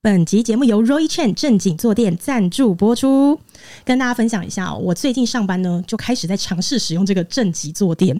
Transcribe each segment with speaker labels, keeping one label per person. Speaker 1: 本集节目由 Roy Chen 正经坐垫赞助播出。跟大家分享一下、哦，我最近上班呢就开始在尝试使用这个正极坐垫，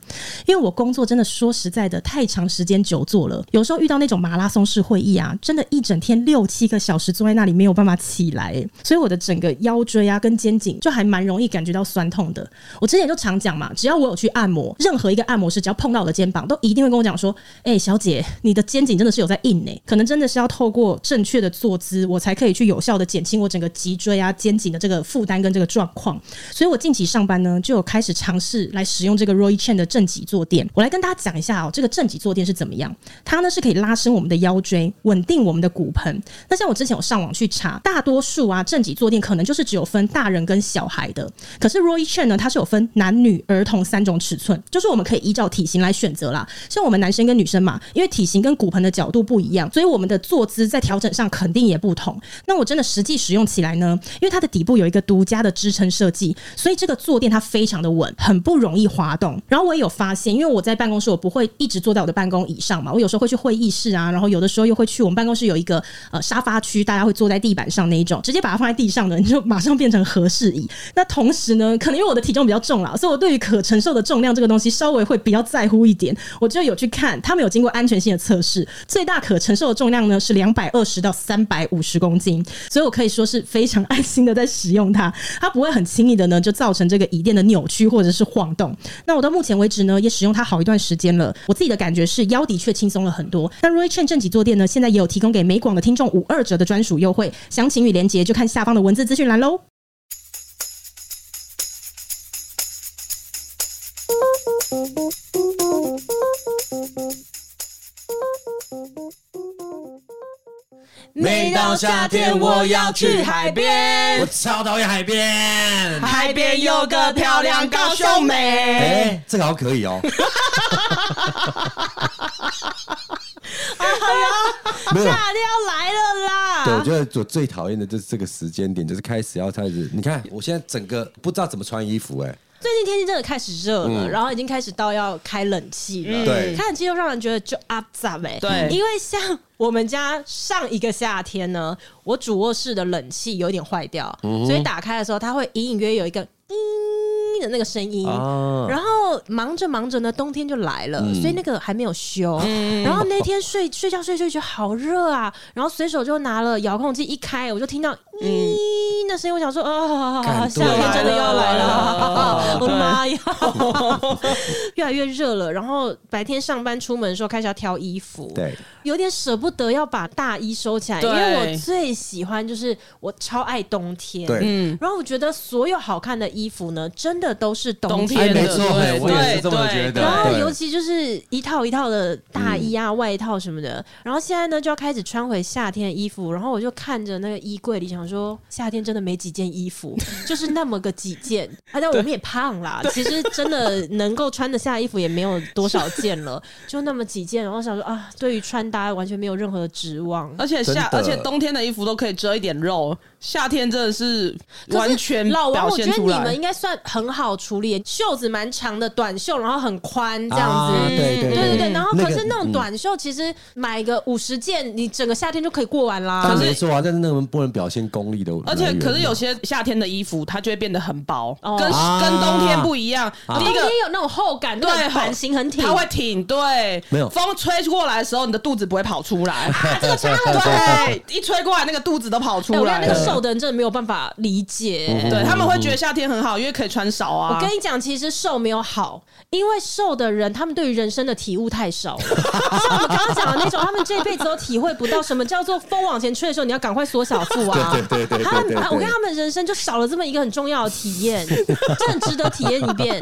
Speaker 1: 因为我工作真的说实在的太长时间久坐了，有时候遇到那种马拉松式会议啊，真的一整天六七个小时坐在那里没有办法起来，所以我的整个腰椎啊跟肩颈就还蛮容易感觉到酸痛的。我之前就常讲嘛，只要我有去按摩，任何一个按摩师只要碰到我的肩膀，都一定会跟我讲说：“哎、小姐，你的肩颈真的是有在硬呢、可能真的是要透过正确的坐姿，我才可以去有效的减轻我整个脊椎啊、肩颈的这个负担跟这个状况。”所以我近期上班呢，就有开始尝试来使用这个 Roy Chen 的正脊坐垫。我来跟大家讲一下哦，这个正脊坐垫是怎么样。它呢是可以拉伸我们的腰椎，稳定我们的骨盆。那像我之前有上网去查，大多数啊正脊坐垫可能就是只有分大人跟小孩的，可是 Roy Chen 呢，它是有分男女、儿童三种尺寸，就是我们可以依照体型来选择啦。像我们男生跟女生嘛，因为体型跟骨盆的角度不一样，所以我们的坐姿在调整上肯定也不同。那我真的实际使用起来呢，因为它的底部有一个独家的支撑设计，所以这个坐垫它非常的稳，很不容易滑动。然后我也有发现，因为我在办公室我不会一直坐在我的办公椅上嘛，我有时候会去会议室啊，然后有的时候又会去我们办公室有一个呃沙发区，大家会坐在地板上那一种，直接把它放在地上的，你就马上变成合适椅。那同时呢，可能因为我的体重比较重啦，所以我对于可承受的重量这个东西稍微会比较在乎一点。我就有去看，他们有经过安全性的测试，最大可承受的重量呢是两百二十到三百五十公斤，所以我可以说是非常安心的在使用它，它不会很轻易的呢就造成这个椅垫的扭曲或者是晃动。那我到目前为止呢，也使用它好一段时间了，我自己的感觉是腰的确轻松了很多。那 Roy Chen 正极坐垫呢，现在也有提供给美广的听众五二折的专属优惠，详情与链接就看下方的文字资讯栏喽。
Speaker 2: 每到夏天我要去海边
Speaker 3: 我，超讨厌海边。
Speaker 2: 海边有个漂亮高雄
Speaker 3: 哎、
Speaker 2: 妹。
Speaker 3: 这个好像可以哦。
Speaker 2: 啊
Speaker 3: 没有，
Speaker 1: 夏天要来了啦！
Speaker 3: 对，我觉得我最讨厌的就是这个时间点，就是开始要开始。你看，我现在整个不知道怎么穿衣服、哎，
Speaker 4: 最近天气真的开始热了，
Speaker 3: 嗯
Speaker 4: 然后已经开始到要开冷气了。
Speaker 3: 对
Speaker 4: 开冷气就让人觉得就 up 咋呗。
Speaker 2: 对
Speaker 4: 因为像我们家上一个夏天呢，我主卧室的冷气有点坏掉，
Speaker 3: 嗯
Speaker 4: 所以打开的时候它会隐隐约有一个“嘤”的那个声音。
Speaker 3: 啊嗯
Speaker 4: 然后忙着忙着呢，冬天就来了，所以那个还没有修。然后那天睡睡觉睡睡觉好热啊，然后随手就拿了遥控器一开，我就听到“嘤”
Speaker 3: 嗯
Speaker 4: 那声音，我想说
Speaker 2: 哦
Speaker 4: 啊，
Speaker 3: 感哦
Speaker 4: 夏天真的要 来了，我的妈呀！ 越来越热了，然后白天上班出门的时候开始要挑衣服，
Speaker 3: 对，
Speaker 4: 有点舍不得要把大衣收起来，因
Speaker 2: 对
Speaker 4: 为我最喜欢就是我超爱冬天，
Speaker 3: 对
Speaker 2: 嗯，
Speaker 4: 然后我觉得所有好看的衣服呢，真的都是冬
Speaker 2: 冬天
Speaker 4: 天。
Speaker 2: 的
Speaker 3: 哎没错
Speaker 2: 对
Speaker 3: 哎我也是这么
Speaker 2: 对
Speaker 3: 觉得
Speaker 2: 对
Speaker 4: 然后
Speaker 3: 对
Speaker 4: 尤其就是一套一套的大衣啊、外套什么的，然后现在呢就要开始穿回夏天的衣服，然后我就看着那个衣柜里，想说夏天真的没几件衣服，就是那么个几件。啊，但我们也胖啦，其实真的能够穿得下的衣服也没有多少件了，就那么几件。然后想说啊，对于穿搭完全没有任何的指望。
Speaker 2: 而且夏，
Speaker 3: 真的
Speaker 2: 而且冬天的衣服都可以遮一点肉，夏天真的是
Speaker 4: 可是
Speaker 2: 完全
Speaker 4: 老王，
Speaker 2: 表
Speaker 4: 我觉
Speaker 2: 现
Speaker 4: 得
Speaker 2: 出
Speaker 4: 你们
Speaker 2: 来
Speaker 4: 应。该算很好处理，袖子蛮长的短袖，然后很宽这样子。
Speaker 3: 啊对对
Speaker 4: 对对对，然后可
Speaker 3: 那
Speaker 4: 是
Speaker 3: 个
Speaker 4: 那种
Speaker 3: 嗯
Speaker 4: 短袖，其实买个五十件，你整个夏天就可以过完啦。
Speaker 3: 但没错啊，但是那个不能表现功力的来源啊。
Speaker 2: 而且，可是有些夏天的衣服，它就会变得很薄，
Speaker 4: 哦
Speaker 2: 跟
Speaker 3: 啊
Speaker 2: 跟冬天不一样。第
Speaker 4: 冬
Speaker 2: 一
Speaker 4: 天
Speaker 2: 个，
Speaker 4: 有那种厚感，
Speaker 2: 对
Speaker 4: 那种版型很挺，
Speaker 2: 它会挺，对，
Speaker 3: 没有
Speaker 2: 风吹过来的时候，你的肚子不会跑出 来。啊
Speaker 3: 这个差很
Speaker 2: 对，一吹过来，那个肚子都跑
Speaker 4: 哎
Speaker 2: 出
Speaker 4: 我看
Speaker 2: 来
Speaker 4: 那个
Speaker 2: 了。
Speaker 4: 瘦的人真的没有办法理
Speaker 3: 嗯
Speaker 4: 解。
Speaker 2: 对他们会觉得夏天很好，因为可以穿少啊。
Speaker 4: 我跟你讲，其实瘦没有好，因为瘦的人他们对于人生的体悟太 少了。像我们刚刚讲的那种，他们这辈子都体会不到什么叫做风往前吹的时候，你要赶快缩小腹啊。
Speaker 3: 对对对对对对对
Speaker 4: 他们，我跟他们人生就少了这么一个很重要的体验，真的值得体验一 遍。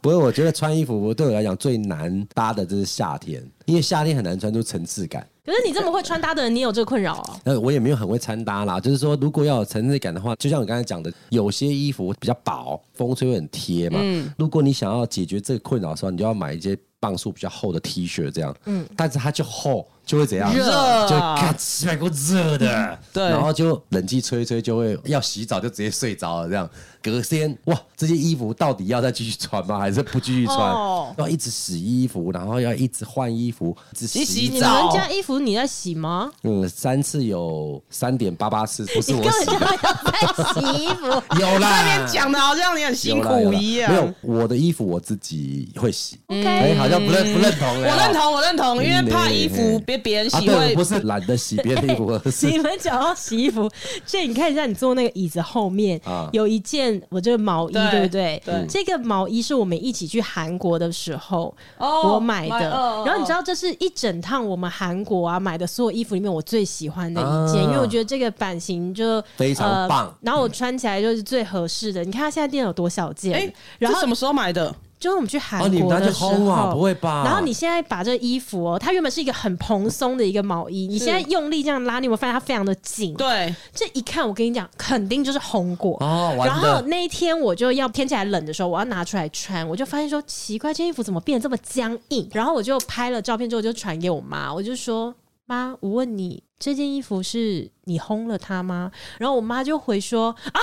Speaker 3: 不过我觉得穿衣服，我对我来讲最难搭的就是夏天，因为夏天很难穿出层次感。
Speaker 4: 可是你这么会穿搭的人，你也有这个困扰哦。
Speaker 3: 那我也没有很会穿搭啦，就是说，如果要有层次感的话，就像我刚才讲的，有些衣服比较薄，风吹会很贴嘛。如果你想要解决这个困扰的时候，你就要买一些磅数比较厚的 T 恤，这样。嗯。但是它就厚，就会怎样？
Speaker 2: 热
Speaker 3: 就看起来够热的，
Speaker 2: 对
Speaker 3: 然后就冷气吹一吹，就会要洗澡就直接睡着了，这样。隔天哇，这些衣服到底要再继续穿吗？还是不继续穿？
Speaker 4: 哦
Speaker 3: 要一直洗衣服，然后要一直换衣服，一直
Speaker 2: 你洗
Speaker 3: 洗
Speaker 2: 你
Speaker 4: 你们
Speaker 2: 澡
Speaker 4: 家衣服你在洗吗？
Speaker 3: 嗯，三次有三点八八 次，不是我
Speaker 4: 根本
Speaker 3: 洗
Speaker 4: 就没有在洗衣服。
Speaker 3: 有
Speaker 2: 那
Speaker 3: 啦
Speaker 2: 边，讲的好像你很辛
Speaker 3: 有啦有
Speaker 2: 苦
Speaker 3: 啦
Speaker 2: 一
Speaker 3: 没
Speaker 2: 样
Speaker 3: 有，。我的衣服我自己会洗。哎、
Speaker 4: OK，
Speaker 3: 好像不认不认同
Speaker 2: 我
Speaker 3: 了。
Speaker 2: 认同，我认同，因为怕衣服被别人
Speaker 3: 啊，
Speaker 2: 洗
Speaker 3: 对，我
Speaker 2: 会
Speaker 3: 不是懒得洗别的衣服，而
Speaker 4: 你
Speaker 3: 是
Speaker 4: 们讲到洗衣服，这你看一下，你坐那个椅子后面、
Speaker 3: 啊
Speaker 4: 有一件我这个毛衣，
Speaker 2: 对
Speaker 4: 对不对？
Speaker 2: 对
Speaker 4: 这个毛衣是我们一起去韩国的时候、
Speaker 2: 哦
Speaker 4: 我买的
Speaker 2: 买哦哦
Speaker 4: 然后你知道，这是一整趟我们韩国啊买的所有衣服里面我最喜欢的一件，
Speaker 3: 啊
Speaker 4: 因为我觉得这个版型就
Speaker 3: 非常棒
Speaker 4: 呃，然后我穿起来就是最合适的。你看它现在店有多小件，
Speaker 2: 哎，
Speaker 4: 然
Speaker 2: 这
Speaker 4: 后
Speaker 2: 什么时候买的？
Speaker 4: 就是我们去韩
Speaker 3: 哦你们
Speaker 4: 国
Speaker 3: 拿去
Speaker 4: 的时候，
Speaker 3: 烘啊不会吧
Speaker 4: 然后你现在把这衣服哦，它原本是一个很蓬松的一个毛衣，你
Speaker 2: 是
Speaker 4: 现在用力这样拉，你有没有发现它非常的紧？
Speaker 2: 对，
Speaker 4: 这一看，我跟你讲，肯定就是红果。
Speaker 3: 哦，
Speaker 4: 然
Speaker 3: 完
Speaker 4: 后
Speaker 3: 了，
Speaker 4: 那一天我就要天气还冷的时候，我要拿出来穿，我就发现说奇怪，这件衣服怎么变得这么僵硬？然后我就拍了照片之后，我就传给我妈，我就说妈，我问你这件衣服是你烘了它吗？然后我妈就回说啊，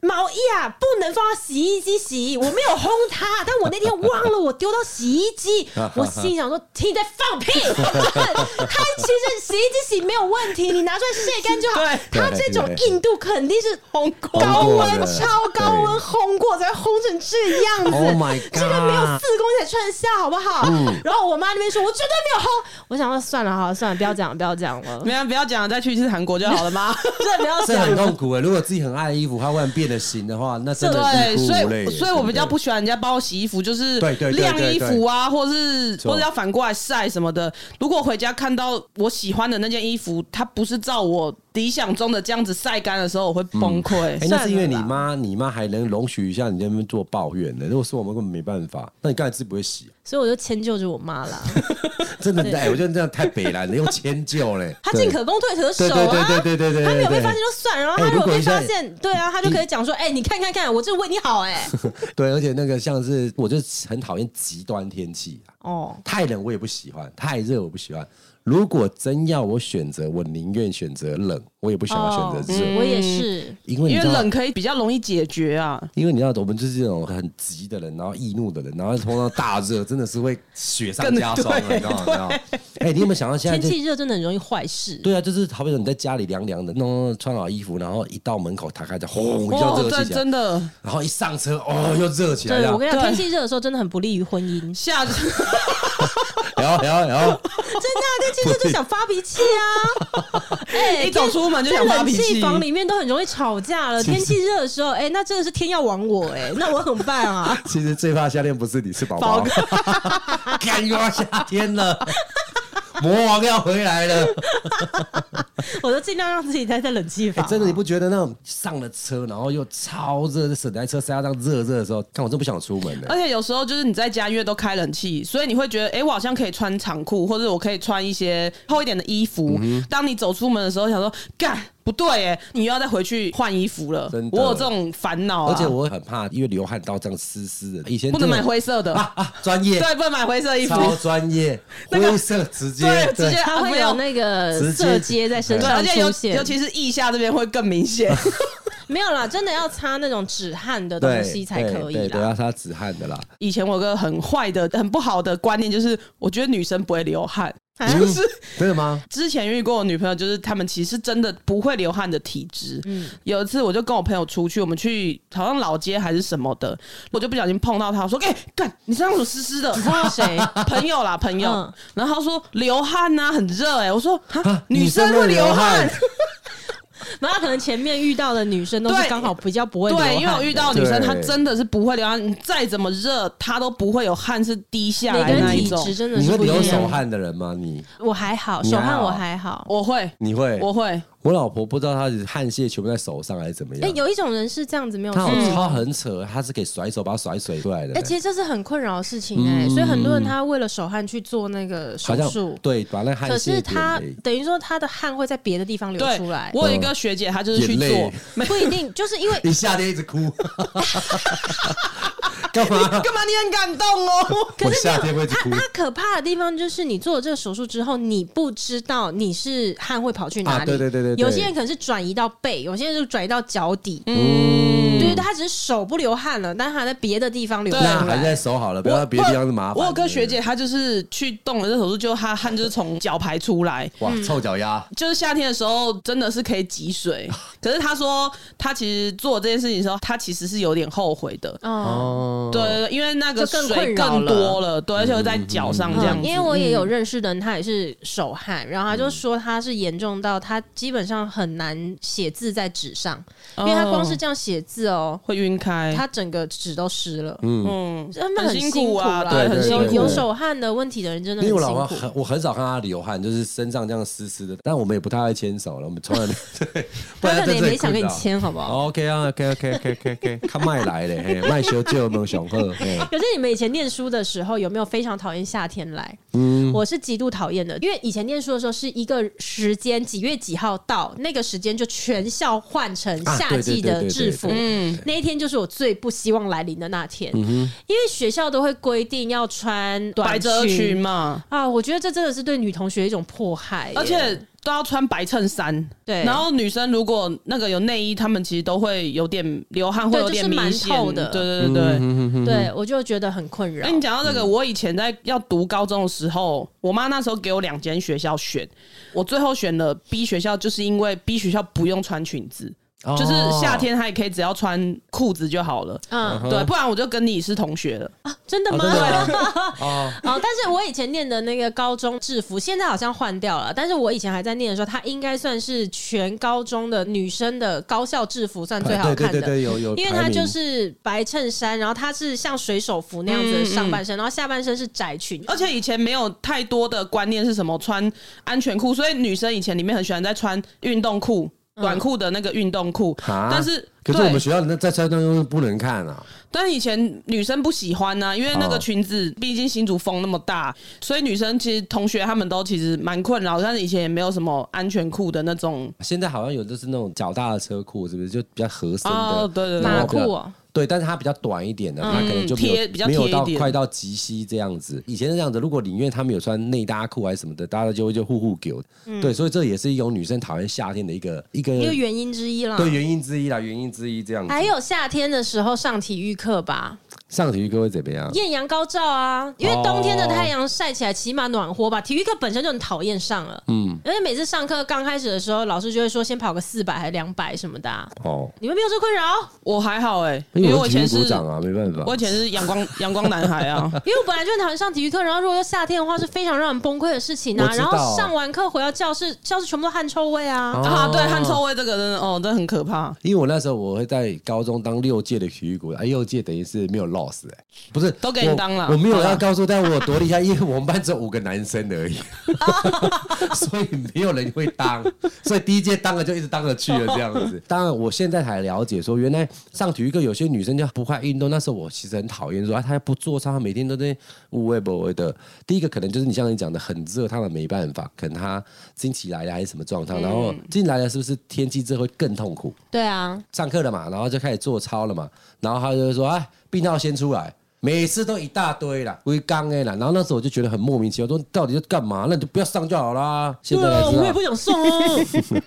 Speaker 4: 毛衣啊不能放到洗衣机洗，我没有烘它，但我那天忘了我丢到洗衣机，我心里想说听你在放屁，它其实洗衣机洗没有问题，你拿出来晒干就好
Speaker 2: 对，
Speaker 4: 它
Speaker 3: 对
Speaker 4: 这种
Speaker 3: 对
Speaker 4: 硬度肯定是
Speaker 2: 红过
Speaker 4: 高
Speaker 3: 烘过
Speaker 4: 温
Speaker 3: 的
Speaker 4: 超高温烘过才会烘成这样子。
Speaker 3: Oh my god 嗯
Speaker 4: 这个没有四公斤才穿得下，好不好？然后我妈那边说，我绝对没有烘。我想说算了，好了，算了，不要讲了，不 要讲了。
Speaker 2: 没有，不要讲了，再去一次韩国就好了 吗？
Speaker 4: 真的不要
Speaker 3: 这
Speaker 4: 讲
Speaker 3: 很
Speaker 4: 了。
Speaker 3: 痛苦哎。如果自己很爱的衣服，它忽然变了形的话，那真的是
Speaker 2: 对，
Speaker 3: 孤
Speaker 2: 所
Speaker 3: 无泪
Speaker 2: 以
Speaker 3: 耶
Speaker 2: 所以我比较
Speaker 3: 对
Speaker 2: 不喜欢人家帮我洗衣服，就是
Speaker 3: 对对对
Speaker 2: 晾
Speaker 3: 对
Speaker 2: 衣
Speaker 3: 对
Speaker 2: 服啊，或是
Speaker 3: 错
Speaker 2: 或者要反过来晒什么的。如果回家看到我喜欢的那件衣服，它不是照我理想中的这样子晒干的时候，我会崩溃。
Speaker 3: 哎、那是因为你妈，你妈还能容许一下你在那边做抱怨的。如果说我们根本没办法，那你刚才自己不会洗，啊
Speaker 4: 所以我就迁就着我妈啦。
Speaker 3: 真的，哎、我觉得这样太北了，你用迁就嘞。
Speaker 4: 她进可攻退可守
Speaker 3: 对
Speaker 4: 啊。
Speaker 3: 对对对对对对，
Speaker 4: 她没有被
Speaker 3: 对
Speaker 4: 发现就算了，然后
Speaker 3: 哎
Speaker 4: 她如
Speaker 3: 如
Speaker 4: 果
Speaker 3: 果
Speaker 4: 被
Speaker 3: 现在
Speaker 4: 发现，对啊，她就可以讲说：“哎，你看看看，我这为你好。”哎，
Speaker 3: 对，而且那个像是，我就很讨厌极端天气啊，
Speaker 4: 哦，
Speaker 3: 太冷我也不喜欢，太热我不喜欢。如果真要我选择，我宁愿选择冷，我也不想要选择热，
Speaker 2: 嗯
Speaker 4: 哦我也是。
Speaker 3: 因为你
Speaker 2: 因为
Speaker 3: 知道
Speaker 2: 冷可以比较容易解决啊。
Speaker 3: 因为你知道，我们就是这种很急的人，然后易怒的人，然后碰到大热，真的是会雪上加霜，
Speaker 2: 更对
Speaker 3: 你知道吗？你知道吗哎，你有没有想到现在
Speaker 4: 天
Speaker 3: 就
Speaker 4: 气热真的很容易坏事。
Speaker 3: 对啊，就是好比说你在家里凉凉的，弄弄弄穿好衣服，然后一到门口打开就轰一下
Speaker 2: 哦，
Speaker 3: 热
Speaker 2: 这
Speaker 3: 气起来，
Speaker 2: 真的
Speaker 3: 然后一上车哦又热起来
Speaker 4: 对，
Speaker 3: 了
Speaker 4: 我，跟你讲，
Speaker 2: 对
Speaker 4: 天气热的时候真的很不利于婚姻。
Speaker 2: 下
Speaker 3: 然后然后然后
Speaker 4: 真的、啊，天气热就想发脾气 啊！哎、
Speaker 2: 一走出门就
Speaker 4: 在
Speaker 2: 想发
Speaker 4: 冷
Speaker 2: 脾
Speaker 4: 气
Speaker 2: 气，
Speaker 4: 房里面都很容易吵架了。天气热的时候，哎、那真的是天要亡我哎、那我怎么办啊？
Speaker 3: 其实最怕夏天不是你，是宝宝。看又要夏天了，魔王要回来了。
Speaker 4: 我都尽量让自己待在冷气
Speaker 3: 哎、
Speaker 4: 房、
Speaker 3: 真的，你不觉得那种上了车，然后又超热，整台车塞到这样热热的时候，看我真不想出门了、
Speaker 2: 而且有时候就是你在家，因为都开冷气，所以你会觉得，哎、我好像可以穿长裤，或者我可以穿一些厚一点的衣服。
Speaker 3: 嗯
Speaker 2: 当你走出门的时候，想说，干不对耶，你又要再回去换衣服了
Speaker 3: 真。的
Speaker 2: 我有这种烦恼、啊，
Speaker 3: 而且我很怕，因为流汗到这样湿湿的。以前
Speaker 2: 不能
Speaker 3: 真的
Speaker 2: 买灰色的，
Speaker 3: 啊啊，专业，
Speaker 2: 对，不能买灰色衣服。
Speaker 3: 超专业，灰色直接
Speaker 2: 对直接啊
Speaker 4: 它会有那个
Speaker 3: 直接
Speaker 4: 色阶在身
Speaker 2: 对，
Speaker 4: 上
Speaker 2: 而且尤
Speaker 4: 出现，
Speaker 2: 尤其是腋下这边会更 明显。
Speaker 4: 没有啦，真的要擦那种止汗的东
Speaker 3: 对
Speaker 4: 西才可以
Speaker 3: 对，对，啊
Speaker 4: 啦。
Speaker 3: 要擦止汗的啦。
Speaker 2: 以前我有个很坏的、很不好的观念，就是我觉得女生不会流汗，
Speaker 4: 啊
Speaker 2: 就是
Speaker 3: 真的吗？
Speaker 2: 之前遇过我女朋友，就是她们其实真的不会流汗的体质。
Speaker 4: 嗯
Speaker 2: 有一次我就跟我朋友出去，我们去好像老街还是什么的，我就不小心碰到她，我说：“哎、干，你身上怎么湿湿的？”
Speaker 4: 那谁？
Speaker 2: 朋友啦，朋友。
Speaker 4: 嗯
Speaker 2: 然后她说流汗呐、很热哎、我说：“哈
Speaker 3: 啊，
Speaker 2: 女生
Speaker 3: 女生
Speaker 2: 会
Speaker 3: 会流
Speaker 2: 流汗
Speaker 3: 汗。
Speaker 4: 然后可能前面遇到的女生都是
Speaker 2: 对
Speaker 4: 刚好比较不会流汗的，
Speaker 2: 对，因为我遇到的女生，
Speaker 3: 对
Speaker 2: 她真的是不会流汗，你再怎么热，她都不会有汗是滴下
Speaker 4: 每
Speaker 2: 来
Speaker 4: 个
Speaker 2: 的
Speaker 4: 人
Speaker 2: 那一
Speaker 4: 体
Speaker 2: 种。
Speaker 4: 质真的
Speaker 3: 你
Speaker 4: 是
Speaker 3: 会
Speaker 4: 不一
Speaker 3: 流
Speaker 4: 样。
Speaker 3: 手汗的人吗？你
Speaker 4: 我还好，
Speaker 3: 你
Speaker 4: 手
Speaker 3: 还
Speaker 4: 汗
Speaker 3: 好
Speaker 4: 我还好。
Speaker 2: 我会，
Speaker 3: 你会？
Speaker 2: 我会，
Speaker 3: 我老婆不知道她的汗腺全部在手上还是怎么
Speaker 4: 哎、
Speaker 3: 样。
Speaker 4: 有一种人是这样子没有
Speaker 3: 她
Speaker 4: 错
Speaker 3: 好，她很扯，她是可以甩手把它甩水出来的
Speaker 4: 哎、。其实这是很困扰的事情哎、所以很多人他为了手汗去做那个手
Speaker 3: 好像
Speaker 4: 术，
Speaker 3: 对，把那汗
Speaker 4: 可
Speaker 3: 腺
Speaker 4: 是他
Speaker 3: 给
Speaker 4: 等于说他的汗会在别的地方流
Speaker 2: 对
Speaker 4: 出来，，
Speaker 2: 我有一个学姐，她就是去
Speaker 3: 眼泪
Speaker 2: 做，
Speaker 4: 不一定就是因为
Speaker 3: 你夏天一直哭，干嘛？
Speaker 2: 干嘛你很感动哦？
Speaker 3: 我夏天会
Speaker 4: 它
Speaker 3: 哭
Speaker 4: 它可怕的地方就是，你做了这个手术之后，你不知道你是汗会跑去哪里。
Speaker 3: 啊对对对对对
Speaker 4: 有些人可能是转移到背，有些人就转移到脚底。
Speaker 2: 嗯，
Speaker 4: 对对，他只是手不流汗了，但是他在别的地方流
Speaker 2: 对
Speaker 4: 汗
Speaker 3: 那
Speaker 4: 出
Speaker 3: 还是在
Speaker 4: 来。
Speaker 3: 手好了，不要
Speaker 2: 我
Speaker 3: 让别的地方是麻烦的。
Speaker 2: 我有个学姐，她就是去动了这手术，就她汗就是从脚排出来，
Speaker 3: 哇，臭脚丫，
Speaker 2: 就是夏天的时候真的是可以挤水。可是她说，她其实做这件事情的时候，她其实是有点后悔的。
Speaker 4: 嗯。
Speaker 3: 哦，
Speaker 2: 对，对，对因为那个
Speaker 4: 就更
Speaker 2: 水
Speaker 4: 困扰
Speaker 2: 更
Speaker 4: 了
Speaker 2: 多了，对，而且会在脚上
Speaker 3: 哦
Speaker 2: 这样
Speaker 4: 嗯，
Speaker 2: 子。
Speaker 4: 因为我也有认识的人，他也是手汗，然后他就说他是严重到他基本上很难写字在纸上，因为他光是
Speaker 2: 哦
Speaker 4: 这样写字哦，
Speaker 2: 会晕开，
Speaker 4: 他整个纸都湿了，
Speaker 2: 嗯，
Speaker 4: 真的
Speaker 2: 很
Speaker 4: 辛
Speaker 2: 苦啊，
Speaker 4: 啦。
Speaker 3: 对
Speaker 2: 很
Speaker 3: 对
Speaker 2: 辛
Speaker 3: 对
Speaker 2: 苦。
Speaker 4: 有有手汗的问题的人真的
Speaker 3: 因为我
Speaker 4: 很
Speaker 3: 老婆
Speaker 4: 辛苦。
Speaker 3: 很，我很少看她流汗，就是身上这样湿湿的，但我们也不太爱牵手了，我们从来 没对，不
Speaker 4: 他
Speaker 3: 然
Speaker 4: 可能
Speaker 3: 在
Speaker 4: 也
Speaker 3: 这里
Speaker 4: 没想
Speaker 3: 困
Speaker 4: 跟你
Speaker 3: 扰
Speaker 4: 签，好不好？
Speaker 3: 哦 OK 啊，OK OK OK OK OK，看麦来嘞，嘿，麦修就有没有雄鹤？ 嘿
Speaker 4: 可是你们以前念书的时候，有没有非常讨厌夏天来？
Speaker 3: 嗯
Speaker 4: 我是极度讨厌的，因为以前念书的时候是一个时间几月几号到，那个时间就全校换成
Speaker 3: 啊
Speaker 4: 夏
Speaker 3: 对对
Speaker 4: 季
Speaker 3: 对
Speaker 4: 的
Speaker 3: 对
Speaker 4: 制
Speaker 3: 对
Speaker 4: 服。
Speaker 3: 对
Speaker 2: 嗯，
Speaker 4: 那一天就是我最不希望来临的那天，
Speaker 3: 嗯
Speaker 4: 因为学校都会规定要穿短
Speaker 2: 百褶裙
Speaker 4: 裙
Speaker 2: 嘛，
Speaker 4: 啊，我觉得这真的是对女同学一种迫害耶，
Speaker 2: 而且都要穿白衬衫。
Speaker 4: 对
Speaker 2: 然后女生如果那个有内衣，她们其实都会有点流汗，会
Speaker 4: 对
Speaker 2: 有点
Speaker 4: 就是
Speaker 2: 明
Speaker 4: 蛮
Speaker 2: 显
Speaker 4: 透的
Speaker 2: 对对对
Speaker 3: 嗯
Speaker 2: 对。
Speaker 4: 对我就觉得很困扰
Speaker 2: 哎那。你讲到这个，我以前在要读高中的时候，我妈那时候给我两间学校选，我最后选了 B 学校，就是因为 B 学校不用穿裙子，
Speaker 3: 哦
Speaker 2: 就是夏天她也可以只要穿裤子就好了。
Speaker 4: 嗯
Speaker 2: 对，不然我就跟你是同学了。
Speaker 4: 啊，真的
Speaker 3: 哦
Speaker 4: 吗？
Speaker 3: 真的吗 哦，
Speaker 4: 哦，但是我以前念的那个高中制服，现在好像换掉了。但是我以前还在念的时候，它应该算是全高中的女生的高校制服，算最好
Speaker 3: 对对
Speaker 4: 看
Speaker 3: 对
Speaker 4: 的。
Speaker 3: 对，有有排名，
Speaker 4: 因为它就是白衬衫，然后它是像水手服那样子的上半
Speaker 3: 嗯
Speaker 4: 身，然后下半身是窄裙。哦
Speaker 2: 而且以前没有太多的观念是什么穿安全裤，所以女生以前里面很喜欢在穿运动裤、短裤的那个运动裤。
Speaker 3: 啊
Speaker 2: 但是
Speaker 3: 嗯可是我们
Speaker 2: 对，
Speaker 3: 学校那在山当中不能看啊，
Speaker 2: 但是以前女生不喜欢呢、因为那个
Speaker 3: 哦
Speaker 2: 裙子毕竟新竹风那么大，所以女生其实同学他们都其实蛮困扰，但是以前也没有什么安全裤的那种。
Speaker 3: 现在好像有就是那种较大的车库，是不是就比较合身
Speaker 2: 哦
Speaker 3: 的？
Speaker 2: 对对对
Speaker 3: 然
Speaker 4: 马
Speaker 3: 后
Speaker 4: 裤
Speaker 3: 比较
Speaker 4: 哦
Speaker 3: 对，但是它比较短一点的，它可能就没有
Speaker 2: 嗯贴比较
Speaker 3: 没有
Speaker 2: 贴一
Speaker 3: 到
Speaker 2: 点
Speaker 3: 快到及膝这样子。以前是这样子，如果里面他们有穿内搭裤还是什么的，大家就会就互互丢。
Speaker 2: 嗯
Speaker 3: 对，所以这也是一种女生讨厌夏天的一个一个
Speaker 4: 一个原因之一啦。
Speaker 3: 对原因之一啦，原因之一这样
Speaker 2: 哎
Speaker 3: 子。
Speaker 4: 还有夏天的时候上体育课吧，
Speaker 3: 上体育课会怎么样？
Speaker 4: 艳阳高照啊，因为冬天的太阳晒起来起码暖和吧。体育课本身就很讨厌上了，嗯，而且每次上课刚开始的时候，老师就会说先跑个四百还两百什么的啊、
Speaker 3: 哦，
Speaker 4: 你们没有这困扰？
Speaker 2: 我还好哎、
Speaker 3: 因
Speaker 2: 因
Speaker 3: 为
Speaker 2: 为
Speaker 3: 我
Speaker 2: 我以
Speaker 3: 体育
Speaker 2: 前
Speaker 3: 股
Speaker 2: 是，
Speaker 3: 长啊，没办法
Speaker 2: 我。以前是阳光阳光男孩 啊。
Speaker 4: 因为我本来就很讨厌上体育课，然后如果又夏天的话，是非常让人崩溃的事情
Speaker 3: 我
Speaker 4: 啊。
Speaker 3: 知
Speaker 4: 然
Speaker 3: 道
Speaker 4: 后上完课回到教室，教室全部都汗臭味啊。
Speaker 3: 哦
Speaker 2: 啊，对，汗臭味这个真的哦，真的很可怕。
Speaker 3: 因为我那时候我会在高中当六届的体育股，哎、六届等于是没有 loss 哎、不是
Speaker 2: 都给你
Speaker 3: 我
Speaker 2: 当了
Speaker 3: 我没有
Speaker 2: 好
Speaker 3: 要
Speaker 2: 吧
Speaker 3: 告诉，但我有多厉害，因为我们班只有五个男生而 已， 所以没有人会当，所以第一届当了就一直当了去了这样子。当然，我现在才了解说，原来上体育课有些女生就不爱运动，那时候我其实很讨厌说，啊，她不做操，她每天都在无微不微的。第一个可能就是你像你讲的很热，她们没办法，可能她经期来了还是什么状况，然
Speaker 2: 嗯
Speaker 3: 后进来了是不是天气热会更痛苦？
Speaker 4: 对啊，
Speaker 3: 上课了嘛，然后就开始做操了嘛，然后他就说：“哎，病号先出来。”每次都一大堆啦，龟缸哎啦，然后那时候我就觉得很莫名其妙，说到底是干嘛？那你就不要上就好啦。现在
Speaker 4: 啊
Speaker 3: 才知道，
Speaker 4: 想上 哦。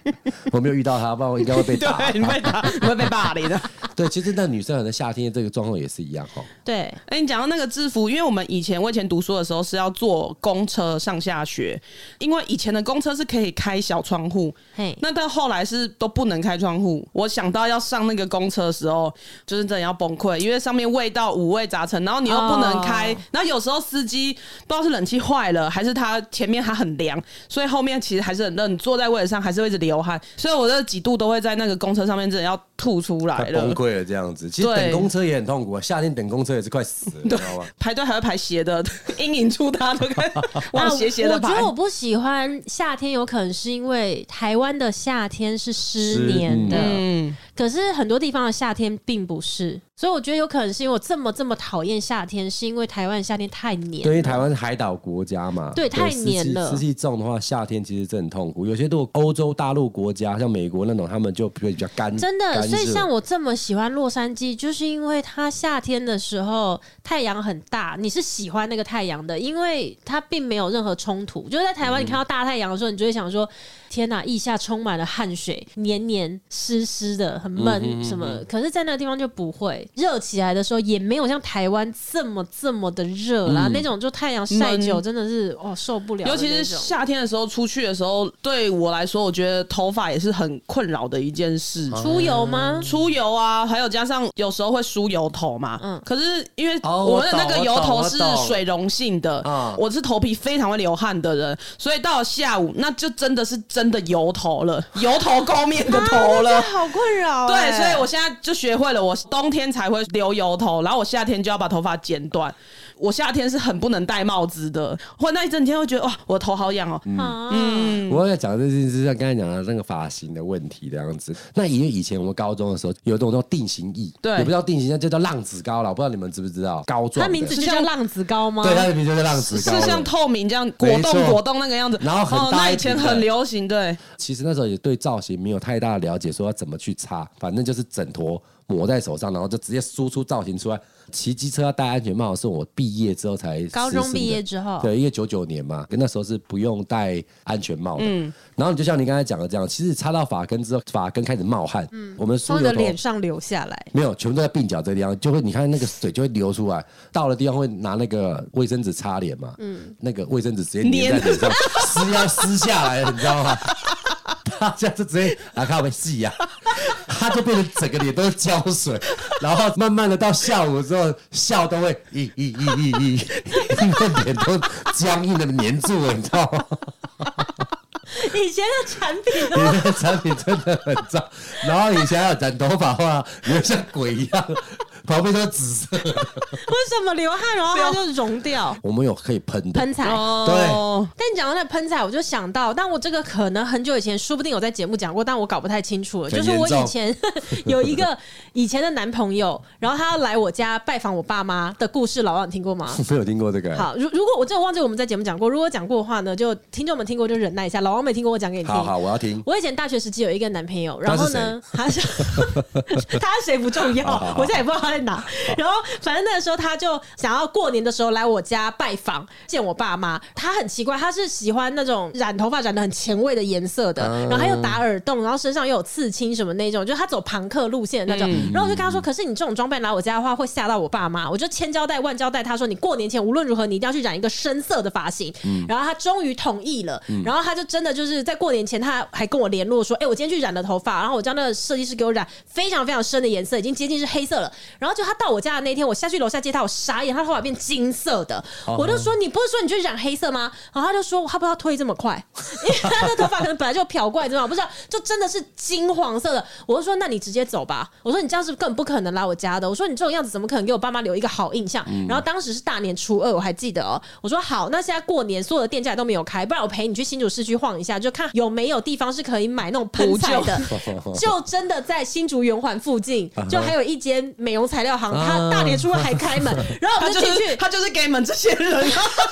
Speaker 3: 我没有遇到他，不然我应该会被
Speaker 4: 啊
Speaker 3: 打。
Speaker 2: 对，你会打，你会被霸凌的。
Speaker 3: 对，其实那女生可能夏天这个状况也是一样哈。
Speaker 4: 对，
Speaker 2: 哎、你讲到那个制服，因为我们以前我以前读书的时候是要坐公车上下学，因为以前的公车是可以开小窗户，
Speaker 4: 嘿，
Speaker 2: 那到后来是都不能开窗户。我想到要上那个公车的时候，就是真的要崩溃，因为上面味道五味杂陈，然后你又不能开，
Speaker 4: 哦
Speaker 2: 然后有时候司机不知道是冷气坏了，还是他前面他很凉，所以后面其实还是很热，你坐在位置上还是会一直流汗，所以我这几度都会在那个公车上面真的要吐出来
Speaker 3: 快
Speaker 2: 了
Speaker 3: 崩。溃了这样子，其实
Speaker 2: 对
Speaker 3: 等公车也很痛苦啊，夏天等公车也是快死了，你知道吗？
Speaker 2: 排队还会排斜的， 阴影处大家都开始往
Speaker 4: 啊
Speaker 2: 斜斜的
Speaker 4: 我
Speaker 2: 排。
Speaker 4: 啊觉得我不喜欢夏天，有可能是因为台湾的夏天是湿
Speaker 3: 湿
Speaker 4: 黏的，
Speaker 3: 嗯
Speaker 2: 嗯，
Speaker 4: 可是很多地方的夏天并不是。所以我觉得有可能是因为我这么这么讨厌夏天，是因为台湾夏天太黏。
Speaker 3: 对，因为台湾是海岛国家嘛，
Speaker 4: 对太
Speaker 3: 湿
Speaker 4: 黏
Speaker 3: 气
Speaker 4: 了
Speaker 3: 湿气重的话，夏天其实真的很痛苦。有些都欧洲大陆国家，像美国那种，他们就会比较
Speaker 2: 嗯
Speaker 3: 干，
Speaker 4: 真的，
Speaker 3: 干
Speaker 4: 所以
Speaker 3: 热
Speaker 4: 像我这么喜欢洛杉矶，就是因为它夏天的时候太阳很大，你是喜欢那个太阳的，因为它并没有任何冲突。就是在台湾，你看到大太阳的时候，你就会想说：天哪，腋下充满了汗水，黏黏湿湿的，很
Speaker 2: 嗯
Speaker 4: 闷什么。可是，在那个地方就不会热起来的时候，也没有像台湾这么这么的热啦。那种就太阳晒
Speaker 2: 闷
Speaker 4: 久，真的是哦受不了
Speaker 2: 嗯
Speaker 4: 的
Speaker 2: 尤
Speaker 4: 那种。
Speaker 2: 其是夏天的时候出去的时候，对我来说，我觉得头发也是很困扰的一件事。
Speaker 4: 出游吗？
Speaker 2: 出油啊，还有加上有时候会梳油头嘛，
Speaker 4: 嗯
Speaker 2: 可是因为
Speaker 3: 哦
Speaker 2: 我们的那个
Speaker 3: 我懂
Speaker 2: 油头
Speaker 3: 我
Speaker 2: 是
Speaker 3: 懂
Speaker 2: 水溶性的，
Speaker 3: 啊
Speaker 2: 我是头皮非常会流汗的人，所以到了下午那就真的是真的油头 了，油头垢面的头了。
Speaker 4: 好欸困扰啊
Speaker 2: 对，所以我现在就学会了，我冬天才会留油头，然后我夏天就要把头发剪短。我夏天是很不能戴帽子的，或那一整天会觉得哇，我头好痒哦、
Speaker 3: 嗯
Speaker 4: 啊，
Speaker 2: 嗯
Speaker 3: 我要讲的这件事，像刚才讲的那个发型的问题这样子。那因为以前我们高中的时候有一种叫定型液，
Speaker 2: 对
Speaker 3: 也不叫定型液，就叫浪子高了，不知道你们知不知道？高壮的，
Speaker 4: 它名字就叫浪子高吗？
Speaker 3: 对，它的名字就叫浪子
Speaker 2: 啊是
Speaker 3: 高了。
Speaker 2: 像透明这样果
Speaker 3: 没
Speaker 2: 冻
Speaker 3: 错
Speaker 2: 果冻那个样子，
Speaker 3: 然后很
Speaker 2: 哦，
Speaker 3: 大
Speaker 2: 那
Speaker 3: 一
Speaker 2: 以前
Speaker 3: 瓶的
Speaker 2: 很流行，对，
Speaker 3: 其实那时候也对造型没有太大的了解，说要怎么去擦，反正就是整坨抹在手上，然后就直接输出造型出来。骑机车要戴安全帽是我毕业之后才
Speaker 4: 高
Speaker 3: 实
Speaker 4: 中
Speaker 3: 施
Speaker 4: 毕
Speaker 3: 的
Speaker 4: 业之后，
Speaker 3: 对，因为九九年嘛，那时候是不用戴安全帽的。
Speaker 4: 嗯
Speaker 3: 然后你就像你刚才讲的这样，其实擦到发根之后，发根开始冒汗，我们
Speaker 4: 嗯从
Speaker 3: 梳
Speaker 4: 你
Speaker 3: 油
Speaker 4: 的
Speaker 3: 头
Speaker 4: 脸上流下来。
Speaker 3: 没有，全部都在鬓角这个地方，就会你看那个水就会流出来，到了地方会拿那个卫生纸擦脸嘛，那个卫生纸直接粘在脸上，撕要撕下来了，你知道吗？ 大家就直接啊，看我们戏呀、他就变成整个脸都是胶水，然后慢慢的到下午之后，笑都会咦咦咦咦咦， 因为脸都僵硬的粘住了，你知道吗？
Speaker 4: 以前的产品
Speaker 3: 你的产品真的很脏，然后以前还有染头发的话，你会像鬼一样，旁边都是紫色的。
Speaker 4: 为什么流汗然后它就溶掉？
Speaker 3: 我们有可以喷的，
Speaker 4: 喷彩。
Speaker 2: 哦，
Speaker 4: 但你讲到那喷彩，我就想到，但我这个可能很久以前，说不定有在节目讲过，但我搞不太清楚了。
Speaker 3: 很
Speaker 4: 就是我以前 有一个以前的男朋友，然后他要来我家拜访我爸妈的故事，老王你听过吗？
Speaker 3: 没有听过这个、
Speaker 4: 好，如如果我真的忘记我们在节目讲过，如果讲过的话呢，就听众们听过就忍耐一下，老王没听过我讲给你听。
Speaker 3: 好好，我要听。
Speaker 4: 我以前大学时期有一个男朋友，然后呢，他是他是谁不重要，
Speaker 3: 好好好
Speaker 4: 我现在也不知道他在哪。然后反正那个时候他就想要过年的时候来我家拜访，见我爸妈。他很奇怪，他是喜欢那种染头发染的很前卫的颜色的，然后他又打耳洞，然后身上又有刺青什么那种，就是他走朋克路线的那种。然后我就跟他说：“可是你这种装扮来我家的话，会吓到我爸妈。”我就千交代万交代，他说：“你过年前无论如何，你一定要去染一个深色的发型。”然后他终于同意了，然后他就真的就是在过年前，他还跟我联络说：“哎、我今天去染了头发，然后我叫那个设计师给我染非常非常深的颜色，已经接近是黑色了。”然后就他到我家的那天，我下去楼下接他，我傻眼，他头发变金色的，我就说：“你不是说你去染黑色吗？”然后他就说：“他不知道推这么快，因为他的头发可能本来就漂过来，怎么样我不知道，就真的是金黄色的。”我就说：“那你直接走吧。”我说：“你这样是根本不可能来我家的。”我说：“你这种样子怎么可能给我爸妈留一个好印象？”然后当时是大年初二，我还记得哦。我说：“好，那现在过年所有的店家都没有开，不然我陪你去新竹市区晃一下，就看有没有地方是可以买那种喷彩的。” 就真的在新竹圆环附近，
Speaker 2: 啊
Speaker 4: 就还有一间美容材料行，它大年初二还开 门，然后
Speaker 2: 他
Speaker 4: 我们
Speaker 2: 哦就
Speaker 4: 就进
Speaker 2: 是
Speaker 4: 去。
Speaker 2: 他就是给你们这些人，啊